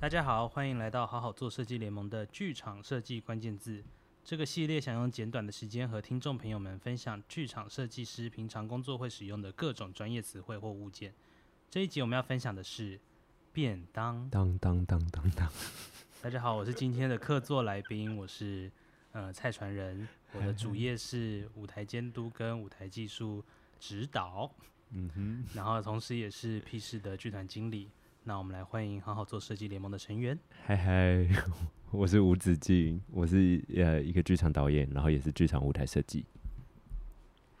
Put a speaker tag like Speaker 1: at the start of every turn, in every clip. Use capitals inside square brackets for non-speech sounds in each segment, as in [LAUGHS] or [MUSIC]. Speaker 1: 大家好，欢迎来到好好做设计联盟的剧场设计关键字。这个系列想用简短的时间和听众朋友们分享剧场设计师平常工作会使用的各种专业词汇或物件。这一集我们要分享的是便当。
Speaker 2: 当当当当当，
Speaker 1: 大家好，我是今天的客座来宾，我是呃蔡传人，我的主业是舞台监督跟舞台技术指导，
Speaker 2: 嗯哼，
Speaker 1: 然后同时也是 P 市的剧团经理。那我们来欢迎好好做设计联盟的成员。
Speaker 2: 嗨嗨， [LAUGHS] 我是吴子敬，我是呃一个剧场导演，然后也是剧场舞台设计。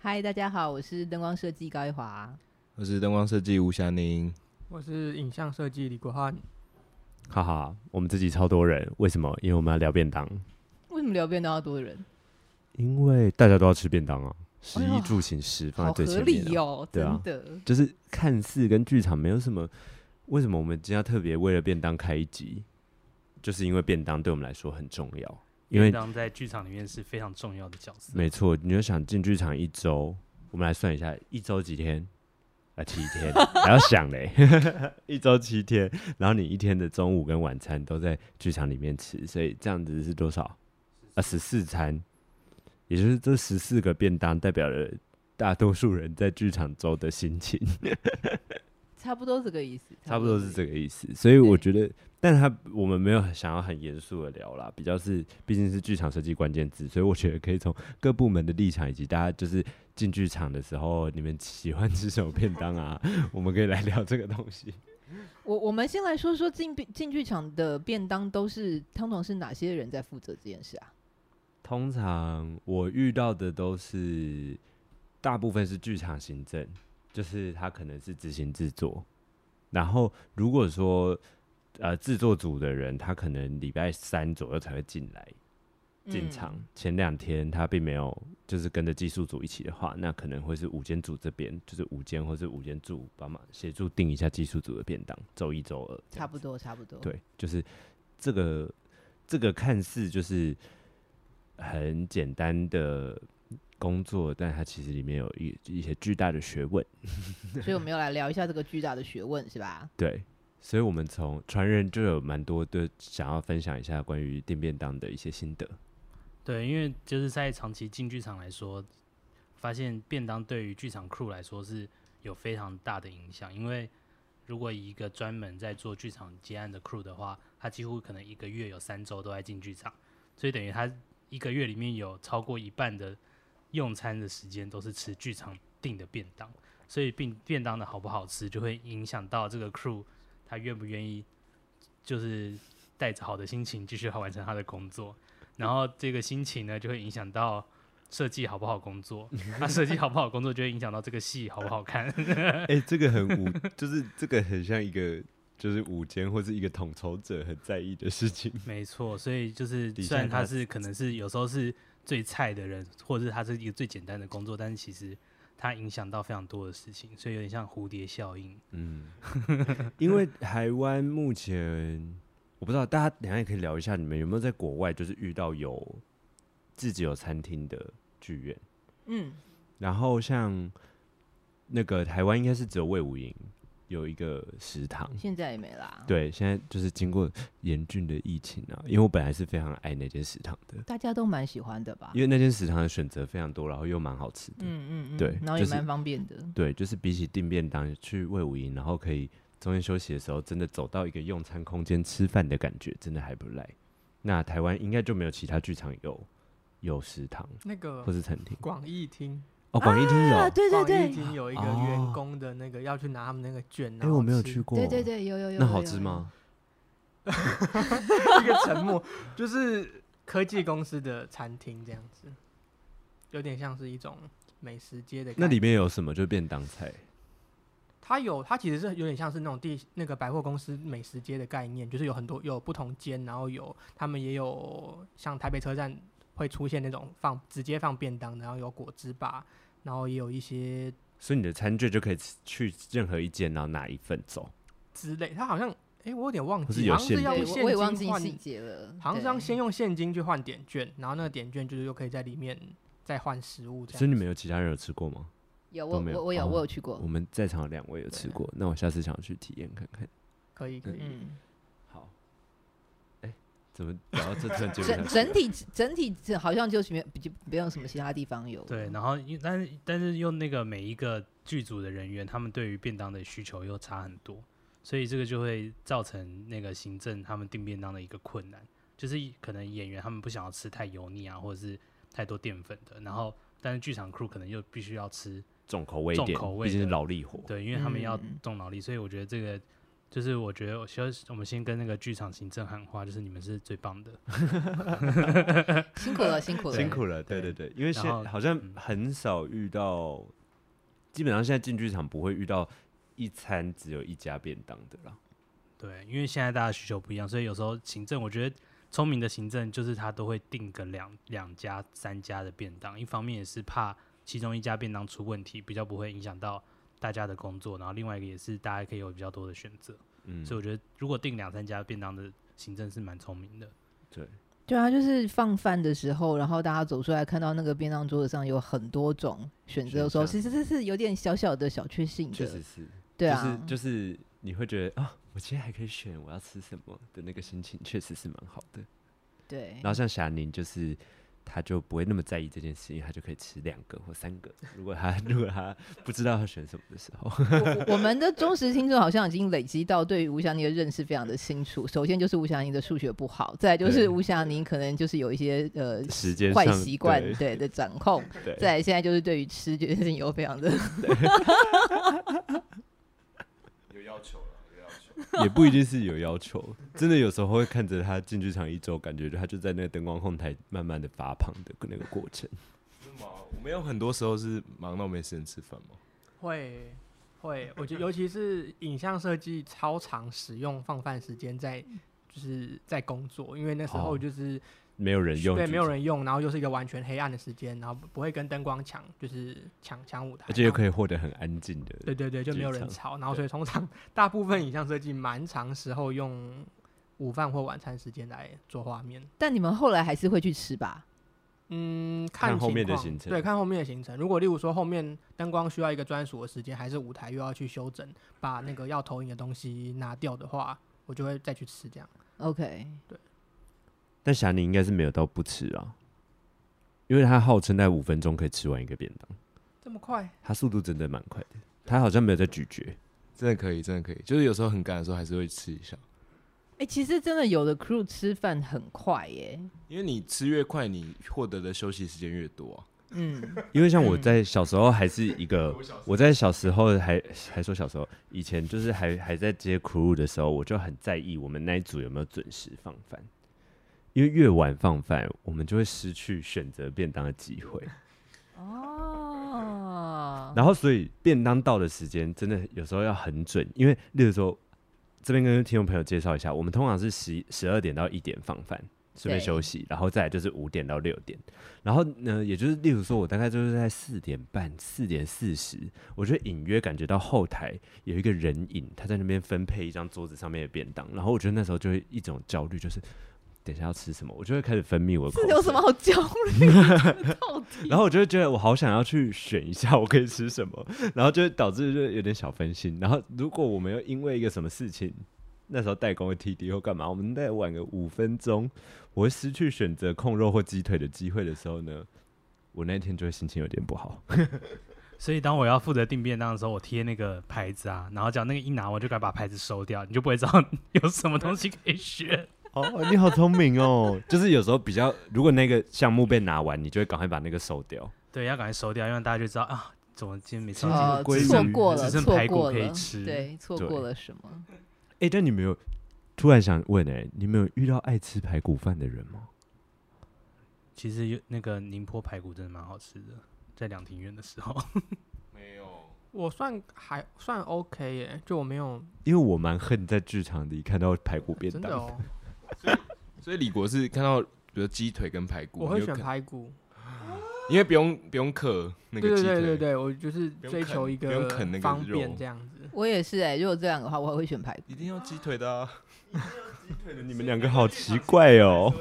Speaker 3: 嗨，大家好，我是灯光设计高一华。
Speaker 4: 我是灯光设计吴霞宁，
Speaker 5: 我是影像设计李国汉，
Speaker 2: 哈哈，我们这集超多人，为什么？因为我们要聊便当，
Speaker 3: 为什么聊便当要多人？
Speaker 2: 因为大家都要吃便当啊，食
Speaker 3: 哎呦
Speaker 2: 衣住行食放
Speaker 3: 好
Speaker 2: 在最
Speaker 3: 合
Speaker 2: 前
Speaker 3: 理
Speaker 2: 面、啊，
Speaker 3: 哦，
Speaker 2: 对啊
Speaker 3: 真的。
Speaker 2: 就是看似跟剧场没有什么，为什么我们今天要特别为了便当开一集？就是因为便当对我们来说很重要，因为
Speaker 1: 便当在剧场里面是非常重要的角色。
Speaker 2: 没错，你就想进剧场一周，我们来算一下，一周几天？啊，七天，还要想嘞， [LAUGHS] 一周七天，然后你一天的中午跟晚餐都在剧场里面吃，所以这样子是多少？啊，十四餐，也就是这十四个便当代表了大多数人在剧场周的心情，
Speaker 3: 差不多这个意思，
Speaker 2: 差不多是
Speaker 3: 个意
Speaker 2: 这个意思。所以我
Speaker 3: 对
Speaker 2: 觉得，但他我们没有想要很严肃的聊啦，比较是毕竟是剧场设计关键字，所以我觉得可以从各部门的立场以及大家就是进剧场的时候，你们喜欢吃什么便当啊， [LAUGHS] 我们可以来聊这个东西。
Speaker 3: 思。我我们先来说说进进剧场的便当都是通常是哪些人在负责这件事啊？
Speaker 2: 通常我遇到的都是大部分是剧场行政，就是他可能是执行制作。然后如果说呃制作组的人，他可能礼拜三左右才会进来
Speaker 3: 嗯
Speaker 2: 进场。前两天他并没有就是跟着技术组一起的话，那可能会是午间组这边，就是午间或是午间组帮忙协助定一下技术组的便当，周一周二这样
Speaker 3: 差不多，差不多。，
Speaker 2: 对，就是这个这个看似就是很简单的工作，但它其实里面有一一些巨大的学问。
Speaker 3: 所以我们要来聊一下这个巨大的学问，是吧？
Speaker 2: 对，所以我们从传人就有蛮多的想要分享一下关于订便当的一些心得。
Speaker 1: 对，因为就是在长期进剧场来说，发现便当对于剧场 crew 来说是有非常大的影响。因为如果以一个专门在做剧场接案的 crew 的话，他几乎可能一个月有三周都在进剧场，所以等于他一个月里面有超过一半的用餐的时间都是吃剧场订的便当，所以便便当的好不好吃就会影响到这个 crew 他愿不愿意就是带着好的心情继续完成他的工作。然后这个心情呢，就会影响到设计好不好工作。那设计好不好工作，就会影响到这个戏好不好看。 [LAUGHS]
Speaker 2: 哎、这个很无，就是这个很像一个。就是午间或是一个统筹者很在意的事情，
Speaker 1: 没错，所以就是
Speaker 2: 底
Speaker 1: 虽然
Speaker 2: 下他
Speaker 1: 他是可能是有时候是最菜的人，或者是他是一个最简单的工作，但是其实它影响到非常多的事情，所以有点像蝴蝶效应。
Speaker 2: 嗯， [LAUGHS] 因为台湾目前我不知道，大家等一下也可以聊一下，你们有没有在国外就是遇到有自己有餐厅的剧院？
Speaker 3: 嗯，
Speaker 2: 然后像那个台湾应该是只有魏武营有一个食堂。
Speaker 3: 现在也没啊啦。，
Speaker 2: 对，现在就是经过严峻的疫情啊，因为我本来是非常爱那间食堂的，
Speaker 3: 大家都蛮喜欢的吧？
Speaker 2: 因为那间食堂的选择非常多，然后又蛮好吃的。
Speaker 3: 嗯嗯嗯，
Speaker 2: 对
Speaker 3: 然后也
Speaker 2: 就是
Speaker 3: 蛮方便的。
Speaker 2: 对，就是比起订便当去魏武营，然后可以中间休息的时候，真的走到一个用餐空间吃饭的感觉，真的还不赖。那台湾应该就没有其他剧场有有食堂
Speaker 5: 那个
Speaker 2: 或是餐厅
Speaker 5: 广义厅，
Speaker 2: 哦，广义厅有，哎、
Speaker 3: 啊对对
Speaker 5: 广义
Speaker 3: 对，
Speaker 5: 厅有一个
Speaker 2: 哦
Speaker 5: 员工的那个要去拿他们那个券，因
Speaker 2: 哎我没有去，过，哦
Speaker 3: 对对，对，有有有。
Speaker 2: 那
Speaker 3: 有
Speaker 2: 好吃？吗？
Speaker 5: [LAUGHS] 一个沉默，就是科技公司的餐厅这样子，有点像是一种美食街的。
Speaker 2: 那里，面有什么？就便当菜，
Speaker 5: 它有，它其实是有点像是那种地那个百货公司美食街的概念，就是有很多有不同间，然后有他们也有像台北车站会出现那种放直接放便当的，然后有果汁吧，然后也有一些
Speaker 2: 所以你的餐券就可以吃去任何一间，然后拿一份走。有
Speaker 5: 之类，他好像哎、我有点忘
Speaker 2: 或是
Speaker 5: 记，
Speaker 2: 有
Speaker 5: 好像
Speaker 2: 限
Speaker 5: 是
Speaker 3: 对，
Speaker 5: 要
Speaker 2: 定
Speaker 5: 用
Speaker 3: 我我也忘
Speaker 5: 现
Speaker 3: 记
Speaker 5: 金换，
Speaker 3: 细节了。
Speaker 5: 好像是要
Speaker 3: 对
Speaker 5: 先用现金去换点券，然后那个点券就是又可以在里面再换食物这样。
Speaker 2: 所以你们有其他人有吃过吗？
Speaker 3: 有
Speaker 2: 都
Speaker 3: 我
Speaker 2: 没有
Speaker 3: 我我有
Speaker 2: 哦
Speaker 3: 我有去过
Speaker 2: 我。们在场有两位有吃
Speaker 3: 对啊
Speaker 2: 过，那我下次想要去体验看看。
Speaker 5: 可以可以，
Speaker 3: 嗯，
Speaker 2: 好，怎么聊到这段节目才
Speaker 3: 整整体整体好像就是没比没有什么其他地方有。
Speaker 1: 对，然后因为但是但是又那个每一个剧组的人员，他们对于便当的需求又差很多，所以这个就会造成那个行政他们订便当的一个困难，就是可能演员他们不想要吃太油腻啊，或者是太多淀粉的，然后但是剧场 crew 可能又必须要吃，
Speaker 2: 重口味一
Speaker 1: 重
Speaker 2: 点
Speaker 1: 口，味
Speaker 2: 毕竟是
Speaker 1: 的
Speaker 2: 劳力活。
Speaker 1: 对，因为他们要
Speaker 3: 嗯
Speaker 1: 动脑力，所以我觉得这个。就是我觉得我需要，我们先跟那个剧场行政喊话，就是你们是最棒的，
Speaker 3: 辛苦了，辛苦了，
Speaker 2: 辛苦了，对对
Speaker 1: 对
Speaker 2: 对，因为现
Speaker 1: 然后
Speaker 2: 好像
Speaker 1: 嗯
Speaker 2: 很少遇到，基本上现在进剧场不会遇到一餐只有一家便当的啦。
Speaker 1: 对，因为现在大家需求不一样，所以有时候行政，我觉得聪明的行政就是他都会订个两两家、三家的便当，一方面也是怕其中一家便当出问题，比较不会影响到大家的工作，然后另外一个也是大家可以有比较多的选择，
Speaker 2: 嗯，
Speaker 1: 所以我觉得如果订两三家便当的行政是蛮聪明的，
Speaker 2: 对，
Speaker 3: 对啊，就是放饭的时候，然后大家走出来看到那个便当桌子上有很多种选择的时候，其
Speaker 2: 选
Speaker 3: 实这是有点小小的小确幸
Speaker 2: 确实
Speaker 3: 的，
Speaker 2: 是，
Speaker 3: 对啊，
Speaker 2: 就是就是你会觉得啊，我今天还可以选我要吃什么的那个心情，确实是蛮好的。
Speaker 3: 对
Speaker 2: 然，后像霞宁就是。他就不会那么在意这件事情，他就可以吃两个或三个。如果他 [LAUGHS] 如果他不知道要选什么的时候，
Speaker 3: [LAUGHS] 我我们的忠实听众好像已经累积到对于吴霞宁的认识非常的清楚。首先就是吴霞宁的数学不好，再来就
Speaker 2: 对
Speaker 3: 是吴霞宁可能就是有一些呃
Speaker 2: 时间
Speaker 3: 坏
Speaker 2: 上
Speaker 3: 习惯
Speaker 2: 对
Speaker 3: 对的掌
Speaker 1: [LAUGHS]
Speaker 3: 控，
Speaker 2: 对
Speaker 3: 再来现在就是对于吃这件事情有非常的
Speaker 4: 有要求了，有要求。
Speaker 5: [LAUGHS]
Speaker 2: 也不一定是有要求，真的有时候会看着他进剧场一周，感觉他就在那个灯光后台慢慢的发胖的那个过程。
Speaker 4: 是吗？我们有很多时候是忙到没时间吃饭吗？
Speaker 5: 会会，我觉得尤其是影像设计超长使用放饭时间在就是在工作，因为那时候
Speaker 2: 哦
Speaker 5: 就是、
Speaker 2: 没有人用，
Speaker 5: 对没有，人用，然后又是一个完全黑暗的时间，然后不不会跟灯光抢，就是抢抢舞台，啊
Speaker 2: 而且又可
Speaker 5: 以。
Speaker 2: 以获得很安静的。
Speaker 5: 对对对，就没有人
Speaker 2: 剧
Speaker 5: 吵，然后所以通常 [LAUGHS] 大部分影像设计蛮长时候用午饭或晚餐时间来做画面。
Speaker 3: 但你们后来还是会去吃吧？
Speaker 5: 嗯，
Speaker 2: 看后
Speaker 5: 情
Speaker 2: 面的
Speaker 5: 况
Speaker 2: 行程
Speaker 5: 对，看后面的行程。如果例如说后面灯光需要一个专属的时间，还是舞台又要去修整，把那个要投影的东西拿掉的话，我就会再去吃这样。
Speaker 3: OK，
Speaker 2: 但霞宁应该是没有到不吃啊，因为他号称在五分钟可以吃完一个便当，
Speaker 5: 这么快？
Speaker 2: 他速度真的蛮快的。他好像没有在咀嚼，
Speaker 4: 真的可以，真的可以。就是有时候很赶的时候，还是会吃一下，
Speaker 3: 哎、其实真的有的 crew 吃饭很快耶，
Speaker 4: 因为你吃越快，你获得的休息时间越多啊。
Speaker 3: 嗯，
Speaker 2: 因为像我在小时候还是一个，嗯我在小时候还还说小时候，以前就是还还在接 crew 的时候，我就很在意我们那一组有没有准时放饭，因为越晚放饭，我们就会失去选择便当的机会。
Speaker 3: [LAUGHS] 哦，
Speaker 2: 然后所以便当到的时间真的有时候要很准，因为例如说这边跟听众朋友介绍一下，我们通常是十十二点到一点放饭，顺便
Speaker 3: 对
Speaker 2: 休息，然后再来就是五点到六点，然后呢，也就是例如说我大概就是在四点半、四点四十，我就隐约感觉到后台有一个人影，他在那边分配一张桌子上面的便当，然后我觉得那时候就会一种焦虑，就是。等一下要吃什么，我就会开始分泌我的口
Speaker 3: 这
Speaker 2: 水。
Speaker 3: 有
Speaker 1: [LAUGHS]
Speaker 3: 什么好焦虑的？到底？
Speaker 2: 然后我就会觉得我好想要去选一下我可以吃什么，然后就会导致就有点小分心。然后如果我们又因为一个什么事情，那时候代工的 TD 或干嘛，我们再晚个五分钟，我会失去选择控肉或鸡腿的机会的时候呢，我那天就会心情有点不好。
Speaker 1: 所以当我要负责订便当的时候，我贴那个牌子啊，然后只要那个一拿，我就该把牌子收掉，你就不会知道 [LAUGHS] 有什么东西可以选。
Speaker 2: [LAUGHS] 哦，你好聪明哦！ [LAUGHS] 就是有时候比较，如果那个项目被拿完，你就会赶快把那个收掉。
Speaker 1: 对，要赶快收掉，因为大家就知道啊，怎么今天没吃到这个
Speaker 3: 哦，
Speaker 2: 这个
Speaker 3: 错
Speaker 2: 鲑鱼
Speaker 3: 过了，
Speaker 1: 只剩
Speaker 3: 错
Speaker 1: 排骨
Speaker 3: 过
Speaker 1: 可以
Speaker 3: 了，
Speaker 1: 吃
Speaker 3: 对，错
Speaker 2: 对
Speaker 3: 过了什么？
Speaker 2: 哎、但你没有突然想问哎、你们有遇到爱吃排骨饭的人吗？
Speaker 1: 其实有那个宁波排骨真的蛮好吃的，在两庭院的时候， [LAUGHS]
Speaker 4: 没有，
Speaker 5: 我算还算 OK 耶，就我没有
Speaker 2: 因为我蛮恨在剧场里看到排骨便
Speaker 5: 真
Speaker 2: 当
Speaker 5: 的哦，
Speaker 4: 所以李国是看到比如鸡腿跟排骨，
Speaker 5: 我会
Speaker 4: 你有
Speaker 5: 选
Speaker 4: 看，
Speaker 5: 排骨。
Speaker 4: 因为不用不用刻那
Speaker 5: 对
Speaker 4: 个
Speaker 5: 对
Speaker 4: 鸡腿。
Speaker 5: 对对对，我就是
Speaker 4: 用
Speaker 5: 追
Speaker 4: 啃
Speaker 5: 求一
Speaker 4: 不用
Speaker 5: 个
Speaker 4: 啃那个
Speaker 5: 方
Speaker 4: 肉
Speaker 5: 便这样子。
Speaker 3: 我也是哎、如果这两个的话，我还会选排骨。
Speaker 4: 一定要鸡腿的、啊，
Speaker 2: 你们两个好奇怪哦。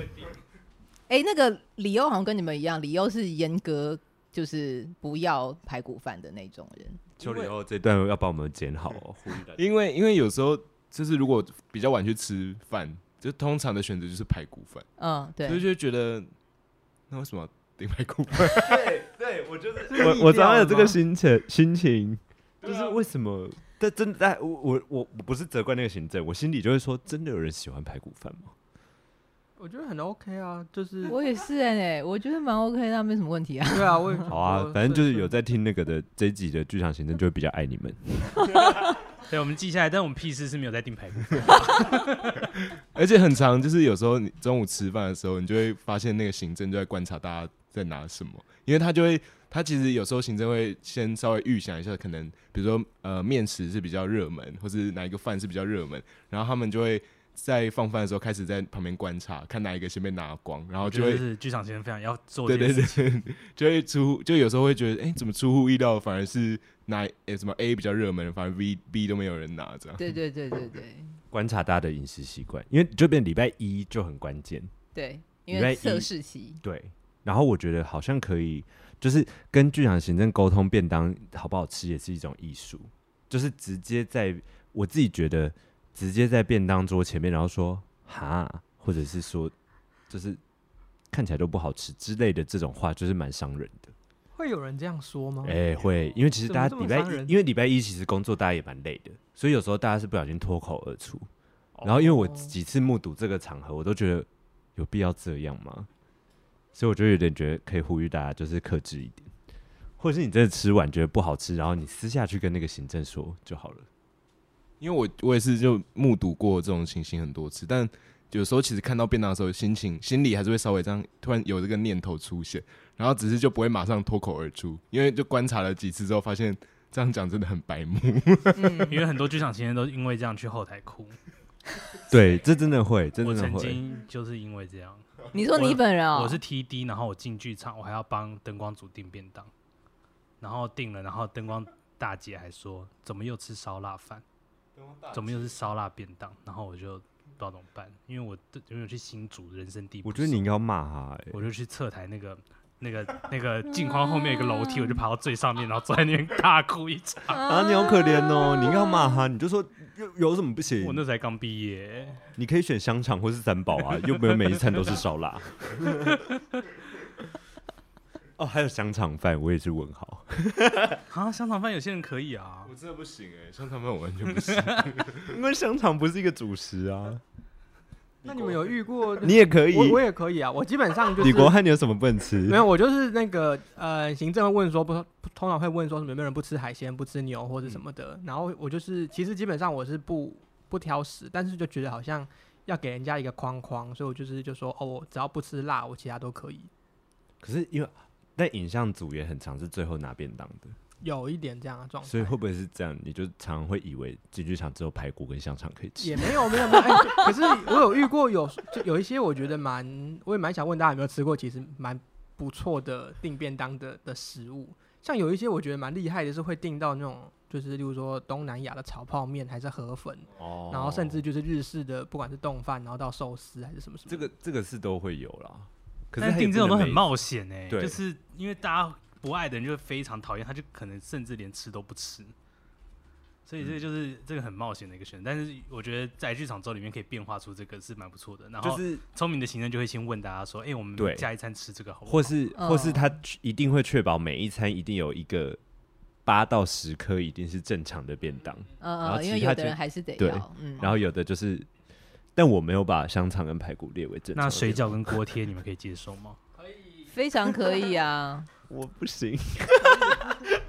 Speaker 3: 哎、那个李欧好像跟你们一样，李欧是严格就是不要排骨饭的那种人。
Speaker 2: 秋里后这
Speaker 5: [LAUGHS]
Speaker 2: 段要帮我们剪好哦，
Speaker 4: 因为因为有时候就是如果比较晚去吃饭，就通常的选择就是排骨饭，
Speaker 3: 嗯，对
Speaker 4: 所，以就觉得那为什么要订排骨饭？
Speaker 2: 对，对我就是
Speaker 5: 是
Speaker 2: 我我
Speaker 5: 意料
Speaker 2: 常常有
Speaker 5: 的
Speaker 2: 这个
Speaker 5: 吗
Speaker 2: 心情心情，就
Speaker 4: 对
Speaker 2: 是
Speaker 4: 啊
Speaker 2: 为什么？但真的在，我我我我不是责怪那个行政，我心里就会说，真的有人喜欢排骨饭吗？
Speaker 5: 我觉得很 OK 啊，就是
Speaker 3: 我也是哎、我觉得蛮 OK，那没什么问题啊。 [LAUGHS]
Speaker 5: 对啊，我也
Speaker 2: 好啊，反正就是有在听那个的这一集的剧场行政就会比较爱你们。
Speaker 1: 对，我们记下来，但我们屁事是没有在订
Speaker 2: [LAUGHS]
Speaker 1: 排骨饭。
Speaker 4: 而且很长，就是有时候你中午吃饭的时候，你就会发现那个行政就在观察大家在拿什么，因为他就会，他其实有时候行政会先稍微预想一下，可能比如说呃面食是比较热门，或是哪一个饭是比较热门，然后他们就会在放饭的时候开始在旁边观察，看哪一个先被拿光，然后
Speaker 1: 我
Speaker 4: 就
Speaker 1: 觉得
Speaker 4: 会
Speaker 1: 是剧场先生非常要做
Speaker 4: 对
Speaker 1: 这件
Speaker 4: 对
Speaker 1: 事
Speaker 4: 对
Speaker 1: 情，
Speaker 4: 对， [LAUGHS] 就会出乎就有时候会觉得，哎、怎么出乎意料，反而是拿、诶什么 A 比较热门，反而 V B 都没有人拿这样。
Speaker 3: 对对对对对
Speaker 2: 观察大家的饮食习惯，因为这边礼拜一就很关键。
Speaker 3: 对，
Speaker 2: 因
Speaker 3: 因
Speaker 2: 为
Speaker 3: 为
Speaker 2: 一
Speaker 3: 测试期，
Speaker 2: 对，然后我觉得好像可以，就是跟剧场行政沟通便当好不好吃也是一种艺术，就是直接在我自己觉得直接在便当桌前面，然后说哈，或者是说就是看起来都不好吃之类的这种话，就是蛮伤人的。
Speaker 5: 会有人这样说吗？
Speaker 2: 哎、会，因为其实
Speaker 5: 哦
Speaker 2: 大
Speaker 5: 怎么
Speaker 2: 家礼
Speaker 5: 这么
Speaker 2: 拜
Speaker 5: 伤
Speaker 2: 一
Speaker 5: 人，
Speaker 2: 因为礼拜一其实工作大家也蛮累的，所以有时候大家是不小心脱口而出。然后因为我
Speaker 5: 哦
Speaker 2: 几次目睹这个场合，我都觉得有必要这样吗？所以我就有点觉得可以呼吁大家就是克制一点，或者是你真的吃完觉得不好吃，然后你私下去跟那个行政说就好了。
Speaker 4: 因为我我也是就目睹过这种情形很多次，但有时候其实看到便当的时候，心情心里还是会稍微这样，突然有这个念头出现，然后只是就不会马上脱口而出，因为就观察了几次之后，发现这样讲真的很白目。
Speaker 3: 嗯，
Speaker 1: 因为很多剧场先生都因为这样去后台哭。
Speaker 2: 对，这真的会， [LAUGHS] 啊真
Speaker 1: 我
Speaker 2: 的
Speaker 1: 曾
Speaker 2: 会。
Speaker 1: 经就是因为这样，
Speaker 3: 你说你本人哦、
Speaker 1: 我是 TD，然后我进剧场，我还要帮灯光组订便当，然后订了，然后灯光大姐还说怎么又吃烧腊饭，怎么又是烧腊便当，然后我就不知道怎么办，因为我对因为我去新竹人生地不熟，
Speaker 2: 我觉得你应该要骂他、欸，
Speaker 1: 我就去侧台那个。 [LAUGHS] 那个那个镜框后面有一个楼梯，我就爬到最上面，然后坐在那边大哭一场。
Speaker 2: 啊，你好可怜哦，你应该要骂他，你就说有有什么不行
Speaker 1: 我？那才刚毕业，
Speaker 2: 你可以选香肠或是三宝啊，又没有每一餐都是烧腊。哦，还有香肠饭，我也是问号。 [LAUGHS]
Speaker 1: 啊，香肠饭有些人可以啊，
Speaker 4: [LAUGHS] 我真的不行哎、像他们我完全不行。
Speaker 2: 因为香肠不是一个主食啊，
Speaker 5: 那你们有遇过？
Speaker 2: [LAUGHS] 你也可以。
Speaker 5: 我我也可以啊，我基本上就是
Speaker 2: 李国汉，你有什么不能吃？
Speaker 5: 没有，我就是那个呃，行政会问说不，通常会问说什么有没有人不吃海鲜、不吃牛或者什么的。然后我就是其实基本上我是不不挑食，但是就觉得好像要给人家一个框框，所以我就是就说哦，我只要不吃辣，我其他都可以。
Speaker 2: 可是因为但影像组也很常是最后拿便当的，
Speaker 5: 有一点这样的状态，
Speaker 2: 所以会不会是这样？你就常会以为进剧场只有排骨跟香肠可以吃
Speaker 5: 也。没有没有没有、哎，可是我有遇过有就有一些我觉得蛮，我也蛮想问大家有没有吃过，其实蛮不错的订便当的的食物。像有一些我觉得蛮厉害的，是会订到那种，就是例如说东南亚的炒泡面，还是河粉，
Speaker 2: 哦
Speaker 5: 然后甚至就是日式的，不管是冻饭，然后到寿司还是什么什么。
Speaker 2: 这个这个是都会有啦。可是
Speaker 1: 但
Speaker 2: 它也
Speaker 1: 订
Speaker 2: 不
Speaker 1: 这种都
Speaker 2: 能
Speaker 1: 很
Speaker 2: 每
Speaker 1: 冒险哎、
Speaker 2: 对
Speaker 1: 就是因为大家不爱的人就会非常讨厌，他就可能甚至连吃都不吃，所以
Speaker 2: 嗯
Speaker 1: 这个就是、这个很冒险的一个选择。但是我觉得在剧场周里面可以变化出这个是蛮不错的。然
Speaker 2: 就
Speaker 1: 后
Speaker 2: 是
Speaker 1: 聪明的行政就会先问大家说：“哎、我们
Speaker 2: 对
Speaker 1: 下一餐吃这个好不好？”
Speaker 2: 或是或是
Speaker 3: 嗯
Speaker 2: 他一定会确保每一餐一定有一个八到十颗一定是正常的便当，然后
Speaker 3: 呃，
Speaker 2: 其
Speaker 3: 因为
Speaker 2: 他
Speaker 3: 有
Speaker 2: 就
Speaker 3: 的人还是得
Speaker 2: 对
Speaker 3: 要，嗯，
Speaker 2: 然后有的就是，但我没有把香肠跟排骨列为正常。
Speaker 1: 那水饺跟锅贴你们可以接受吗？
Speaker 3: 非常可以啊。
Speaker 4: [LAUGHS]
Speaker 2: 我不行。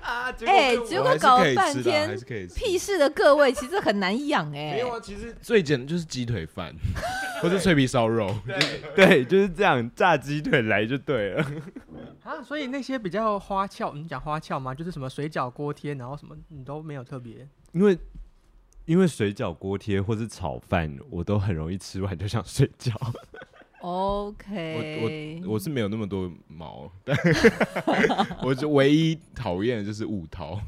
Speaker 2: 啊
Speaker 3: 哎、 [LAUGHS] 结
Speaker 4: 我还
Speaker 3: 果
Speaker 4: 是
Speaker 3: 搞
Speaker 4: 可
Speaker 3: 了
Speaker 4: 以
Speaker 3: 半
Speaker 4: 吃的啊，还
Speaker 3: 天
Speaker 4: 是，可以吃。
Speaker 3: 屁事的各位其实很难养哎、
Speaker 4: 没有啊，其实最简单就是鸡
Speaker 3: [LAUGHS]
Speaker 4: 腿饭，或是脆皮烧肉。
Speaker 2: [LAUGHS] 对，就是这样，炸鸡腿来就对了。
Speaker 5: 啊，所以那些比较花俏，你讲花俏吗？就是什么水饺、锅贴，然后什么你都没有特别。
Speaker 2: 因为因为水饺、锅贴或是炒饭，我都很容易吃完就想睡
Speaker 1: [LAUGHS]
Speaker 2: 觉。
Speaker 3: OK，
Speaker 4: 我是没有那么多毛，但 [LAUGHS] 我就唯一讨厌的就是雾 [LAUGHS] 涛。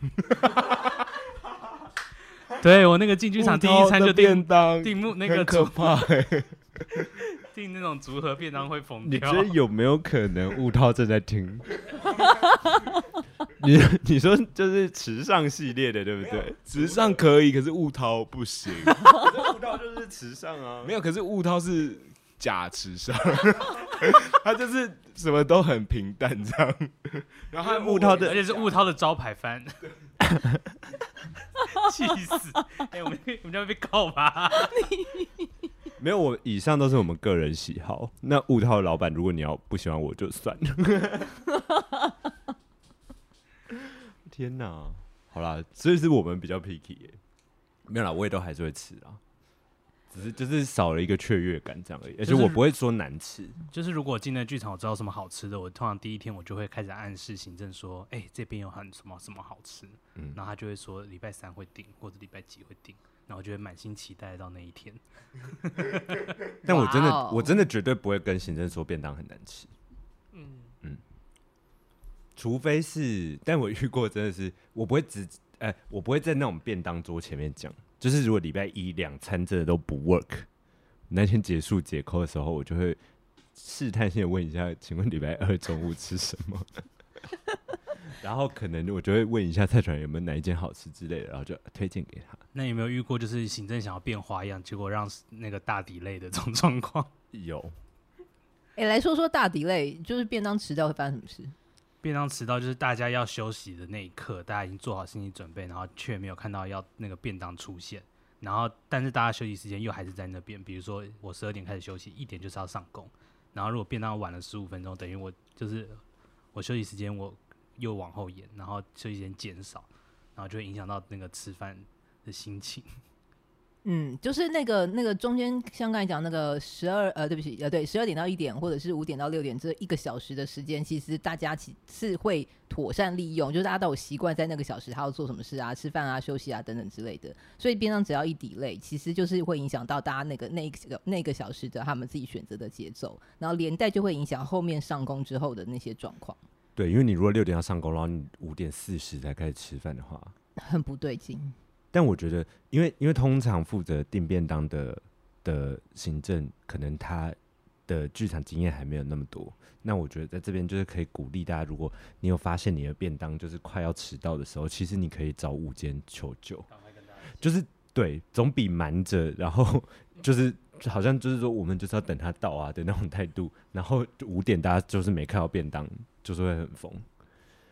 Speaker 1: [LAUGHS] 对我那个进剧场第一餐就
Speaker 4: 便
Speaker 1: 订
Speaker 4: 当，
Speaker 1: 订木那
Speaker 4: 很
Speaker 1: 个
Speaker 4: 可
Speaker 1: 组 [LAUGHS]
Speaker 4: 怕、欸。
Speaker 1: 订那种组合便当会疯
Speaker 2: 你觉
Speaker 1: 掉。 [LAUGHS]
Speaker 2: 得有没有可能悟涛正在听？你你说就是时尚系列的，对不对？
Speaker 4: 时尚可以，可是雾涛不行。
Speaker 2: 不到就是时尚啊
Speaker 4: 没有，可是雾涛是假时尚， [LAUGHS] 他就是什么都很平淡这样。然后他
Speaker 2: 雾涛
Speaker 1: 而
Speaker 2: 的
Speaker 1: 且是雾涛的招牌饭， [LAUGHS] 气死！哎、我们我们这样会被告吧？
Speaker 2: [LAUGHS] 没有，我以上都是我们个人喜好。那雾涛的老板，如果你要不喜欢我就算了。 [LAUGHS] 天哪，好啦，所以是我们比较 picky 耶、没有啦，我也都还是会吃啊，只是就是少了一个雀跃感这样而已。而且
Speaker 1: 就是
Speaker 2: 我不会说难吃，
Speaker 1: 就是如果我进了剧场，我知道什么好吃的，我通常第一天我就会开始暗示行政说，哎、这边有很什么什么好吃，
Speaker 2: 嗯
Speaker 1: 然后他就会说礼拜三会订，或者礼拜几会订，然后我就会满心期待到那一天。
Speaker 2: 但我真的、
Speaker 3: 哇哦
Speaker 2: 我真的绝对不会跟行政说便当很难吃。
Speaker 5: 嗯，
Speaker 2: 除非是，但我遇过真的是，我不会直，哎、我不会在那种便当桌前面讲。就是如果礼拜一两餐真的都不 work，那天结束解扣的时候，我就会试探性的问一下，请问礼拜二中午吃什么？ [LAUGHS] 然后可能我就会问一下蔡传有没有哪一间好吃之类的，然后就推荐给他。
Speaker 1: 那有没有遇过就是行政想要变花样，结果让那个大底类的这种状况？
Speaker 2: 有，
Speaker 3: 哎、来说说大底类，就是便当迟到会发生什么事？
Speaker 1: 便当迟到就是大家要休息的那一刻，大家已经做好心理准备，然后却没有看到要那个便当出现，然后但是大家休息时间又还是在那边。比如说我十二点开始休息，一点就是要上工，然后如果便当晚了十五分钟，等于我就是我休息时间我又往后延，然后休息时间减少，然后就会影响到那个吃饭的心情。
Speaker 3: 嗯，就是那个那个中间，像刚才讲那个十二呃，对不起呃，对，十二点到一点，或者是五点到六点这一个小时的时间，其实大家其是会妥善利用，就是大家都有习惯在那个小时他要做什么事啊，吃饭啊、休息啊等等之类的。所以边上只要一抵累，其实就是会影响到大家那个那一个那个小时的他们自己选择的节奏，然后连带就会影响后面上工之后的那些状况，
Speaker 2: 对，因为你如果六点要上工，然后你五点四十才开始吃饭的话，
Speaker 3: 很不对劲。
Speaker 2: 但我觉得，因为因为通常负责订便当的的行政，可能他的剧场经验还没有那么多。那我觉得在这边就是可以鼓励大家，如果你有发现你的便当就是快要迟到的时候，其实你可以找午间求救，就是对，总比瞒着，然后就是好像就是说我们就是要等他到啊的那种态度，然后五点大家就是没看到便当，就是会很疯。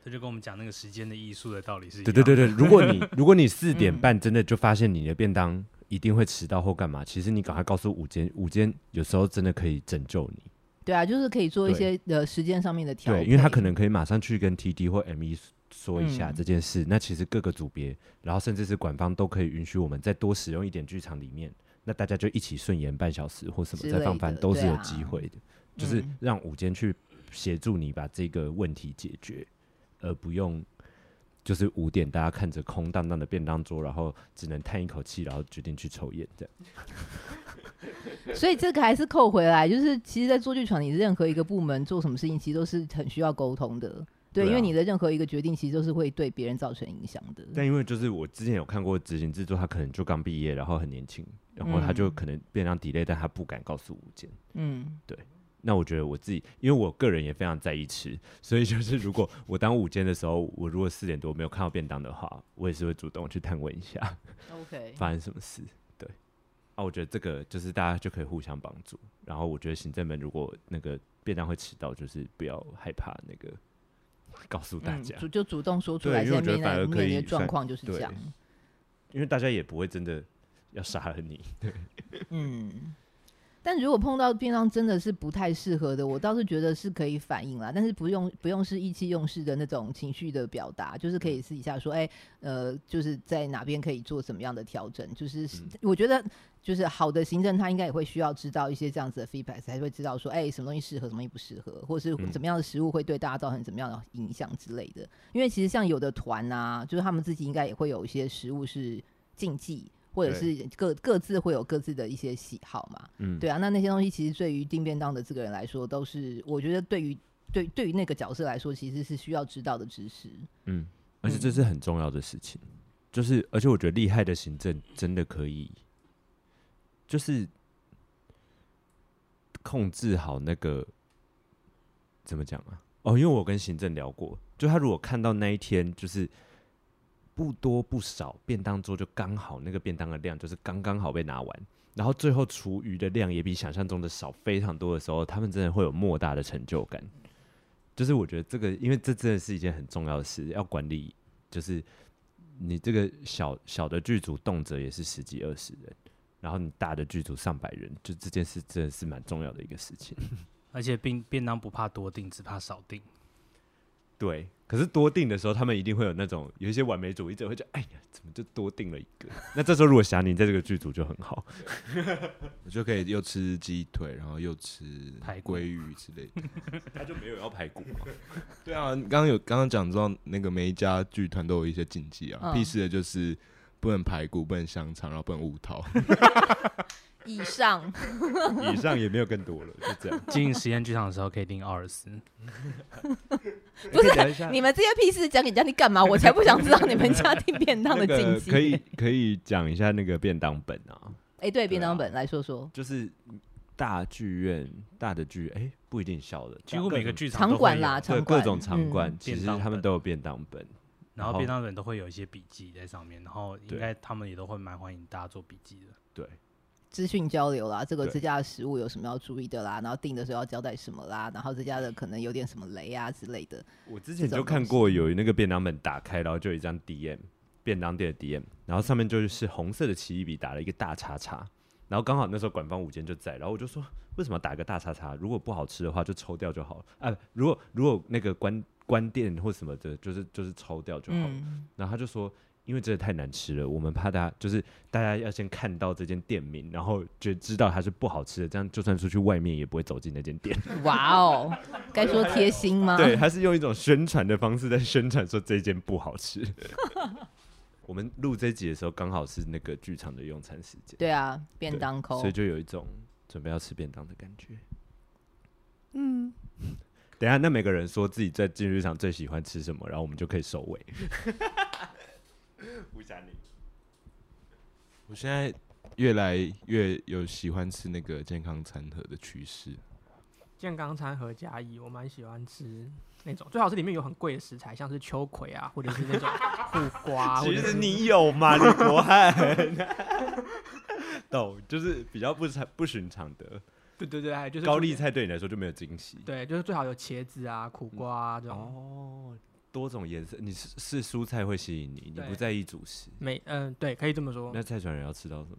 Speaker 1: 这就跟我们讲那个时间的艺术的道理是一样
Speaker 2: 对
Speaker 1: 的。
Speaker 2: 对对对，如果你如果你四点半真的就发现你的便当一定会迟到或干嘛，其实你赶快告诉午间，午间有时候真的可以拯救你。
Speaker 3: 对啊，就是可以做一些呃时间上面的调配，
Speaker 2: 对，因为他可能可以马上去跟 TD 或 ME 说一下
Speaker 3: 嗯
Speaker 2: 这件事。那其实各个组别，然后甚至是管方都可以允许我们再多使用一点剧场里面，那大家就一起顺延半小时或什么
Speaker 3: 之
Speaker 2: 再放
Speaker 3: 类
Speaker 2: 饭，
Speaker 3: 的
Speaker 2: 都是
Speaker 3: 对
Speaker 2: 有
Speaker 3: 啊
Speaker 2: 机会的。就是
Speaker 3: 嗯
Speaker 2: 让午间去协助你把这个问题解决，而不用就是五点大家看着空荡荡的便当桌，然后只能叹一口气，然后决定去抽烟这样。 [LAUGHS]
Speaker 3: 所以这个还是扣回来，就是其实，在做剧场，你任何一个部门做什么事情，其实都是很需要沟通的。
Speaker 2: 对
Speaker 3: 对，
Speaker 2: 啊
Speaker 3: 因为你的任何一个决定，其实都是会对别人造成影响的。
Speaker 2: 但因为就是我之前有看过执行制作，他可能就刚毕业，然后很年轻，然后他就
Speaker 3: 嗯
Speaker 2: 可能便当 delay，但他不敢告诉午间。
Speaker 3: 嗯，
Speaker 2: 那我觉得我自己，因为我个人也非常在意吃，所以就是如果我当午间的时候，我如果四点多没有看到便当的话，我也是会主动去探问一下。
Speaker 3: ，OK，
Speaker 2: [LAUGHS] 发生什么事。对，啊，我觉得这个就是大家就可以互相帮助。然后我觉得行政们如果那个便当会迟到，就是不要害怕那个 [LAUGHS] 告诉大家，
Speaker 3: 嗯主就主动说出
Speaker 2: 对
Speaker 3: 来，
Speaker 2: 因为我
Speaker 3: 现
Speaker 2: 觉
Speaker 3: 在
Speaker 2: 得
Speaker 3: 面
Speaker 2: 反而
Speaker 3: 临
Speaker 2: 可以
Speaker 3: 面临的状
Speaker 2: 算
Speaker 3: 况就是这样。
Speaker 2: 因为大家也不会真的要杀了你。
Speaker 3: 嗯，但如果碰到便当真的是不太适合的，我倒是觉得是可以反应啦，但是不用不用是意气用事的那种情绪的表达，就是
Speaker 2: 嗯
Speaker 3: 可以私底下说，哎、呃，就是在哪边可以做怎么样的调整，就是、
Speaker 2: 嗯
Speaker 3: 我觉得就是好的行政他应该也会需要知道一些这样子的 feedback，才会知道说，哎、什么东西适合，什么东西不适合，或是
Speaker 2: 嗯
Speaker 3: 怎么样的食物会对大家造成怎么样的影响之类的。因为其实像有的团啊，就是他们自己应该也会有一些食物是禁忌，或者是各各自会有各自的一些喜好嘛。
Speaker 2: 嗯，
Speaker 3: 对啊，那那些东西其实对于订便当的这个人来说，都是我觉得对于对对于那个角色来说，其实是需要知道的知识。
Speaker 2: 嗯，而且这是很重要的事情，就是而且我觉得厉害的行政真的可以，就是控制好那个怎么讲啊？哦，因为我跟行政聊过，就他如果看到那一天就是不多不少，便当桌就刚好那个便当的量就是刚刚好被拿完，然后最后厨余的量也比想象中的少非常多的时候，他们真的会有莫大的成就感。就是我觉得这个，因为这真的是一件很重要的事，要管理，就是你这个小小的剧组动辄也是十几二十人，然后你大的剧组上百人，就这件事真的是蛮重要的一个事情。
Speaker 1: 而且便便当不怕多订，只怕少订。
Speaker 2: [LAUGHS] 对，可是多订的时候，他们一定会有那种有一些完美主义者会觉得，哎呀，怎么就多订了一个？ [LAUGHS] 那这时候如果霞宁在这个剧组就很好，
Speaker 4: 我就可以又吃鸡腿，然后又吃
Speaker 1: 排骨
Speaker 4: 鲑鱼之类的。
Speaker 2: 他就没有要 [LAUGHS] 排骨嘛。
Speaker 4: [LAUGHS] 对啊，刚刚有刚刚讲到那个每一家剧团都有一些禁忌啊，
Speaker 3: 嗯
Speaker 4: 屁事的就是不能排骨，不能香肠，然后不能五套。
Speaker 3: 以上
Speaker 2: 以上也没有更多了，就这样。
Speaker 1: 经营实验剧场的时候可以订奥尔斯，
Speaker 3: 不是
Speaker 2: 可以聊一下
Speaker 3: 你们这些屁事讲给人家听干嘛？我才不想知道你
Speaker 2: [LAUGHS]
Speaker 3: 们家订便当的
Speaker 2: 那
Speaker 3: 禁
Speaker 2: 个
Speaker 3: 忌。
Speaker 2: 可以可以讲一下那个便当本啊，
Speaker 3: 哎，对，便
Speaker 2: 对啊
Speaker 3: 当本来说说，
Speaker 2: 就是大剧院大的剧，哎、不一定小的，
Speaker 1: 几乎每个剧场
Speaker 3: 场
Speaker 1: 都会
Speaker 3: 馆
Speaker 1: 有
Speaker 3: 啦，
Speaker 2: 对
Speaker 3: 场
Speaker 2: 各
Speaker 3: 馆
Speaker 2: 种场
Speaker 3: 嗯
Speaker 2: 馆、其实
Speaker 1: 便当
Speaker 2: 他们
Speaker 1: 本
Speaker 2: 都有便当本。
Speaker 1: 然
Speaker 2: 然
Speaker 1: 后
Speaker 2: 后
Speaker 1: 便当人都会有一些笔记在上面，然后应
Speaker 2: 对
Speaker 1: 该他们也都会蛮欢迎大家做笔记的。
Speaker 2: 对，
Speaker 3: 资讯交流啦，这个
Speaker 2: 对
Speaker 3: 这家的食物有什么要注意的啦，然后订的时候要交代什么啦，然后这家的可能有点什么雷啊之类的。
Speaker 2: 我之前
Speaker 3: 这
Speaker 2: 就
Speaker 3: 种
Speaker 2: 看
Speaker 3: 东西
Speaker 2: 过有那个便当本打开，然后就有一张 DM 便当店的 DM，然后上面就是红色的奇异笔打了一个大叉叉，然后刚好那时候管方午间就在，然后我就说为什么打个大叉叉？如果不好吃的话就抽掉就好了啊！如果如果那个关关店或什么的，就是就是抽掉就好了。
Speaker 3: 嗯，
Speaker 2: 然后他就说，因为真的太难吃了，我们怕大家就是大家要先看到这间店名，然后就知道它是不好吃的，这样就算出去外面也不会走进那间店。
Speaker 3: 哇哦，该说贴心吗？ [LAUGHS]
Speaker 2: 对，，他是用一种宣传的方式在宣传说这间不好吃。 [LAUGHS] 我们录这集的时候刚好是那个剧场的用餐时间，
Speaker 3: 对啊，便
Speaker 2: 对
Speaker 3: 当抠
Speaker 2: 所以。就有一种准备要吃便当的感觉。嗯， [LAUGHS] 等一下，那每个人说自己在进剧场最喜欢吃什么，然后我们就可以收尾。吴霞宁，
Speaker 4: [LAUGHS] 我现在越来越有喜欢吃那个健康餐盒的趋势。
Speaker 5: 健康餐和加一，我蛮喜欢吃那种，最好是里面有很贵的食材，像是秋葵啊，或者是
Speaker 2: [LAUGHS]
Speaker 5: 那种苦瓜啊，或
Speaker 2: 其
Speaker 5: 者
Speaker 2: 实
Speaker 5: 是
Speaker 2: 你有嘛，
Speaker 5: [LAUGHS]
Speaker 2: 李国汉。 [LAUGHS] 懂，就是比较不常不寻常的
Speaker 5: 对对对，还有就是
Speaker 2: 高丽，菜，对你来说就没有惊喜。
Speaker 5: 对，就是最好有茄子啊、苦瓜啊这种。
Speaker 2: 哦，多种颜色，你是是蔬菜会吸引你，你不
Speaker 5: 对
Speaker 2: 在意主食。
Speaker 5: 没，嗯，对，可以这么说
Speaker 2: 那。蔡传人要吃到什么？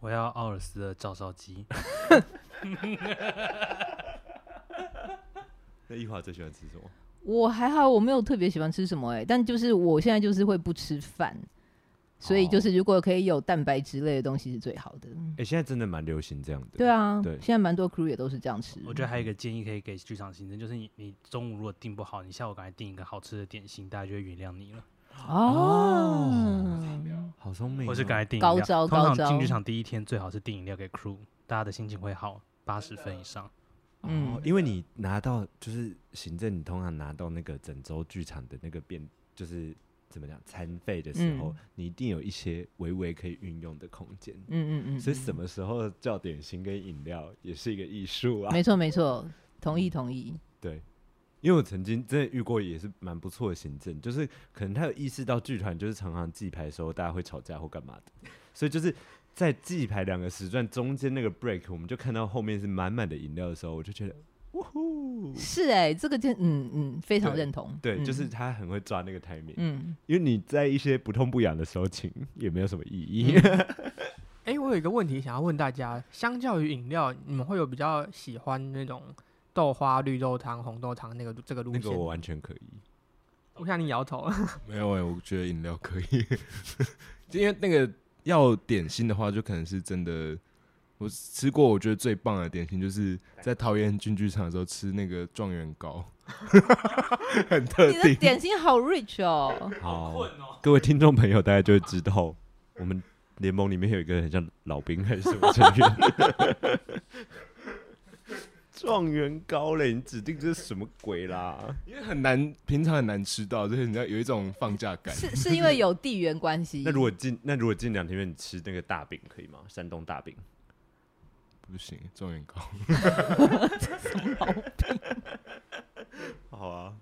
Speaker 1: 我要奥尔斯的照烧鸡，
Speaker 2: 那一华最喜欢吃什么？
Speaker 3: 我还好，我没有特别喜欢吃什么哎、但就是我现在就是会不吃饭，所
Speaker 2: 哦
Speaker 3: 以就是如果可以有蛋白质类的东西是最好的。
Speaker 2: 哎、现在真的蛮流行这样的。
Speaker 3: 对，啊，
Speaker 2: 对
Speaker 3: 现在蛮多 crew 也都是这样吃。
Speaker 1: 我觉得还有一个建议可以给剧场行政，就是你你中午如果订不好，你下午赶快订一个好吃的点心，大家就会原谅你了。
Speaker 3: 啊哦，
Speaker 2: 好聪明、哦。
Speaker 1: 或是赶快订饮
Speaker 3: 高
Speaker 1: 料
Speaker 3: 招高
Speaker 1: 通常
Speaker 3: 招
Speaker 1: 进剧场第一天最好是订饮料给 crew，大家的心情会好八十分以上。
Speaker 2: 哦
Speaker 3: 嗯，
Speaker 2: 因为你拿到就是行政，你通常拿到那个整周剧场的那个变，就是怎么讲餐费的时候，
Speaker 3: 嗯
Speaker 2: 你一定有一些微微可以运用的空间。
Speaker 3: 嗯嗯嗯，
Speaker 2: 所以什
Speaker 3: 么？
Speaker 2: 么时候叫点心跟饮料也是一个艺术啊。
Speaker 3: 没错没错，同意同意。
Speaker 2: 对，因为我曾经真的遇过也是蛮不错的行政，就是可能他有意识到剧团就是常常记牌的时候大家会吵架或干嘛的，所以就是在记牌两个时段中间那个 break，我们就看到后面是满满的饮料的时候，我就觉得。呜呼！
Speaker 3: 是哎、这个就嗯嗯非常
Speaker 2: 对
Speaker 3: 认同。
Speaker 2: 对，
Speaker 3: 嗯
Speaker 2: 就是他很会抓那个 timing，、
Speaker 3: 嗯，
Speaker 2: 因为你在一些不痛不痒的时候请也没有什么意义。 [LAUGHS]
Speaker 5: 哎、我有一个问题想要问大家，相较于饮料，你们会有比较喜欢那种豆花、绿豆汤、红豆汤那个这个路
Speaker 2: 那
Speaker 5: 线？
Speaker 2: 个我完全可以。
Speaker 5: 我看你摇头，
Speaker 4: 没有哎、我觉得饮料可以， [LAUGHS] 就因为那个要点心的话，就可能是真的。我吃过，我觉得最棒的点心就是在桃园进剧场的时候吃那个状元糕，很特
Speaker 3: 你的
Speaker 4: 定。
Speaker 3: 点心好
Speaker 2: [LAUGHS]
Speaker 3: rich 哦，
Speaker 2: 好，各位听众朋友，大家就会知道，我们联盟里面有一个很像老兵还是什么成员， [LAUGHS] 状元高嘞，你指定这是什么鬼啦？
Speaker 4: 因为很难，平常很难吃到，就是你知道有一种放假感。
Speaker 3: 是是因为有地缘关系。
Speaker 2: 那如果近那如果近两天你吃那个大饼可以吗？山东大饼，
Speaker 4: 不行，状元糕，
Speaker 3: 什么毛病？
Speaker 2: 好啊，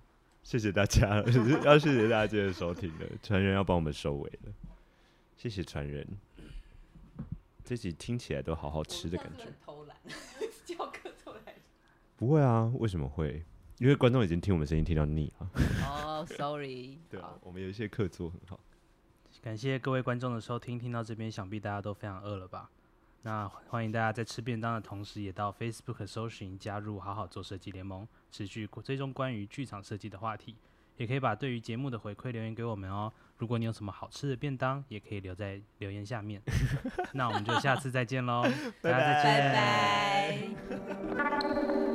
Speaker 2: 谢谢大家，要谢谢大家今天的收听了，传人要帮我们收尾了，谢谢传人。这集听起来都好好吃的感觉。
Speaker 3: [LAUGHS] 偷懒，教课偷懒。
Speaker 2: 不会啊，为什么会？因为观众已经听我们声音听到腻了。
Speaker 3: 哦，sorry。
Speaker 2: 对啊
Speaker 3: 好，
Speaker 2: 我们有一些客座很好。
Speaker 1: 感谢各位观众的收听，听到这边，想必大家都非常饿了吧？那欢迎大家在吃便当的同时，也到 Facebook 搜寻加入“好好做设计联盟”，持续追踪关于剧场设计的话题。也可以把对于节目的回馈留言给我们哦。如果你有什么好吃的便当，也可以留在留言下面。那我们就下次再见喽，大家再见。
Speaker 3: 拜拜。